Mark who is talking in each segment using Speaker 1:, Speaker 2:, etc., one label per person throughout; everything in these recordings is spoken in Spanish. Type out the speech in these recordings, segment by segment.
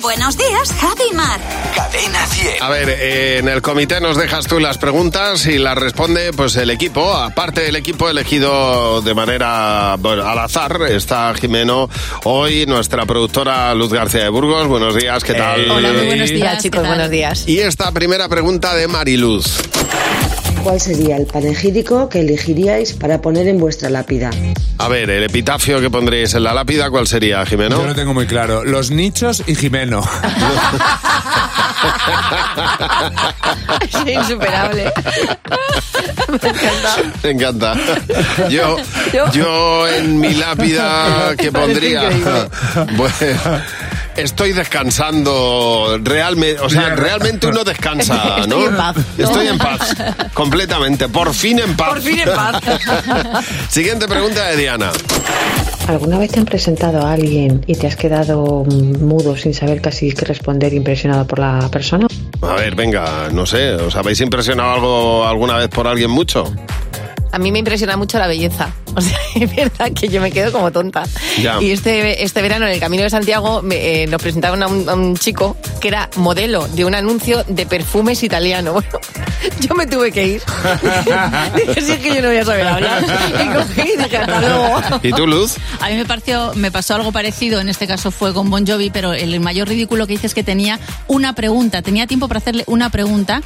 Speaker 1: Buenos días, Javi y Mar.
Speaker 2: Cadena 100.
Speaker 3: A ver, eh, en el comité nos dejas tú las preguntas y las responde pues el equipo. Aparte del equipo elegido de manera bueno, al azar, está Jimeno hoy, nuestra productora Luz García de Burgos. Buenos días, ¿qué tal?
Speaker 4: Hola, Ah, muy buenos días,
Speaker 5: Hola, chicos,
Speaker 4: ¿qué tal?
Speaker 5: buenos días.
Speaker 3: Y esta primera pregunta de Mariluz.
Speaker 6: ¿Cuál sería el panegírico que elegiríais para poner en vuestra lápida?
Speaker 3: A ver, el epitafio que pondréis en la lápida, ¿cuál sería, Jimeno?
Speaker 7: Yo lo tengo muy claro. Los nichos y Jimeno.
Speaker 4: Es insuperable. Me encanta.
Speaker 3: Me encanta. Yo,
Speaker 4: Yo-
Speaker 3: yo en mi lápida que
Speaker 4: Me parece
Speaker 3: pondría.
Speaker 4: increíble.
Speaker 3: Pues, estoy descansando realmente, o sea,
Speaker 7: Bien.
Speaker 3: realmente uno descansa,
Speaker 5: Estoy
Speaker 3: ¿no?
Speaker 5: en paz.
Speaker 3: Estoy en paz, completamente, por fin en paz.
Speaker 4: Por fin en paz.
Speaker 3: Siguiente pregunta de Diana.
Speaker 8: ¿Alguna vez te han presentado a alguien y te has quedado mm, mudo sin saber casi qué responder, impresionado por la persona?
Speaker 3: A ver, venga, no sé, ¿os habéis impresionado algo alguna vez por alguien mucho?
Speaker 5: A mí me impresiona mucho la belleza. O sea, es verdad que yo me quedo como tonta.
Speaker 3: Ya.
Speaker 5: Y este, este verano en el Camino de Santiago me, eh, nos presentaban a un, a un chico que era modelo de un anuncio de perfumes italiano. Bueno, yo me tuve que ir. dije, sí, es que yo no voy a saber hablar. Y cogí y dije, hasta luego.
Speaker 3: ¿Y tú, Luz?
Speaker 9: A mí me pareció, me pasó algo parecido, en este caso fue con Bon Jovi, pero el mayor ridículo que hice es que tenía una pregunta, tenía tiempo para hacerle una pregunta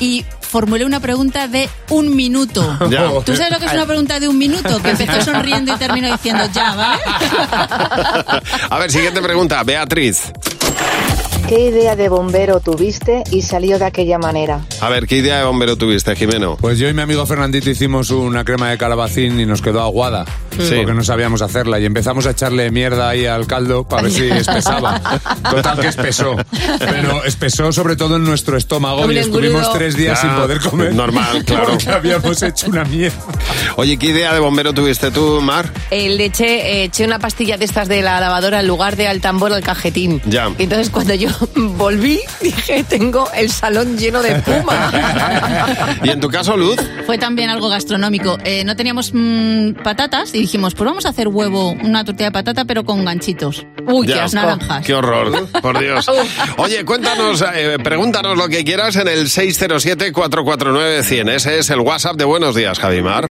Speaker 9: y formulé una pregunta de un minuto.
Speaker 3: Ya.
Speaker 9: ¿Tú sabes lo que es una pregunta de un minuto? Que empezó sonriendo y terminó diciendo ya, ¿vale?
Speaker 3: A ver, siguiente pregunta, Beatriz.
Speaker 10: ¿Qué idea de bombero tuviste y salió de aquella manera?
Speaker 3: A ver, ¿qué idea de bombero tuviste, Jimeno?
Speaker 7: Pues yo y mi amigo Fernandito hicimos una crema de calabacín y nos quedó aguada.
Speaker 3: Sí.
Speaker 7: Porque no sabíamos hacerla. Y empezamos a echarle mierda ahí al caldo para ver si espesaba. Total que espesó. Pero espesó sobre todo en nuestro estómago y
Speaker 5: Doble
Speaker 7: estuvimos
Speaker 5: engrudo.
Speaker 7: tres días
Speaker 3: Ya,
Speaker 7: sin poder comer.
Speaker 3: normal, claro.
Speaker 7: Porque habíamos hecho una mierda.
Speaker 3: Oye, ¿qué idea de bombero tuviste tú, Mar?
Speaker 5: Eh, le eché, eh, eché una pastilla de estas de la lavadora en lugar de al tambor al cajetín.
Speaker 3: Ya.
Speaker 5: Y Entonces cuando yo volví dije, tengo el salón lleno de espuma.
Speaker 3: ¿Y en tu caso, Luz?
Speaker 9: Fue también algo gastronómico. Eh, no teníamos mm, patatas y dijimos, pues vamos a hacer huevo, una tortilla de patata, pero con ganchitos. Uy,
Speaker 3: Ya.
Speaker 9: las naranjas.
Speaker 3: Qué horror, por Dios. Oye, cuéntanos, eh, pregúntanos lo que quieras en el 607-449-100. Ese es el WhatsApp de Buenos Días, Javimar.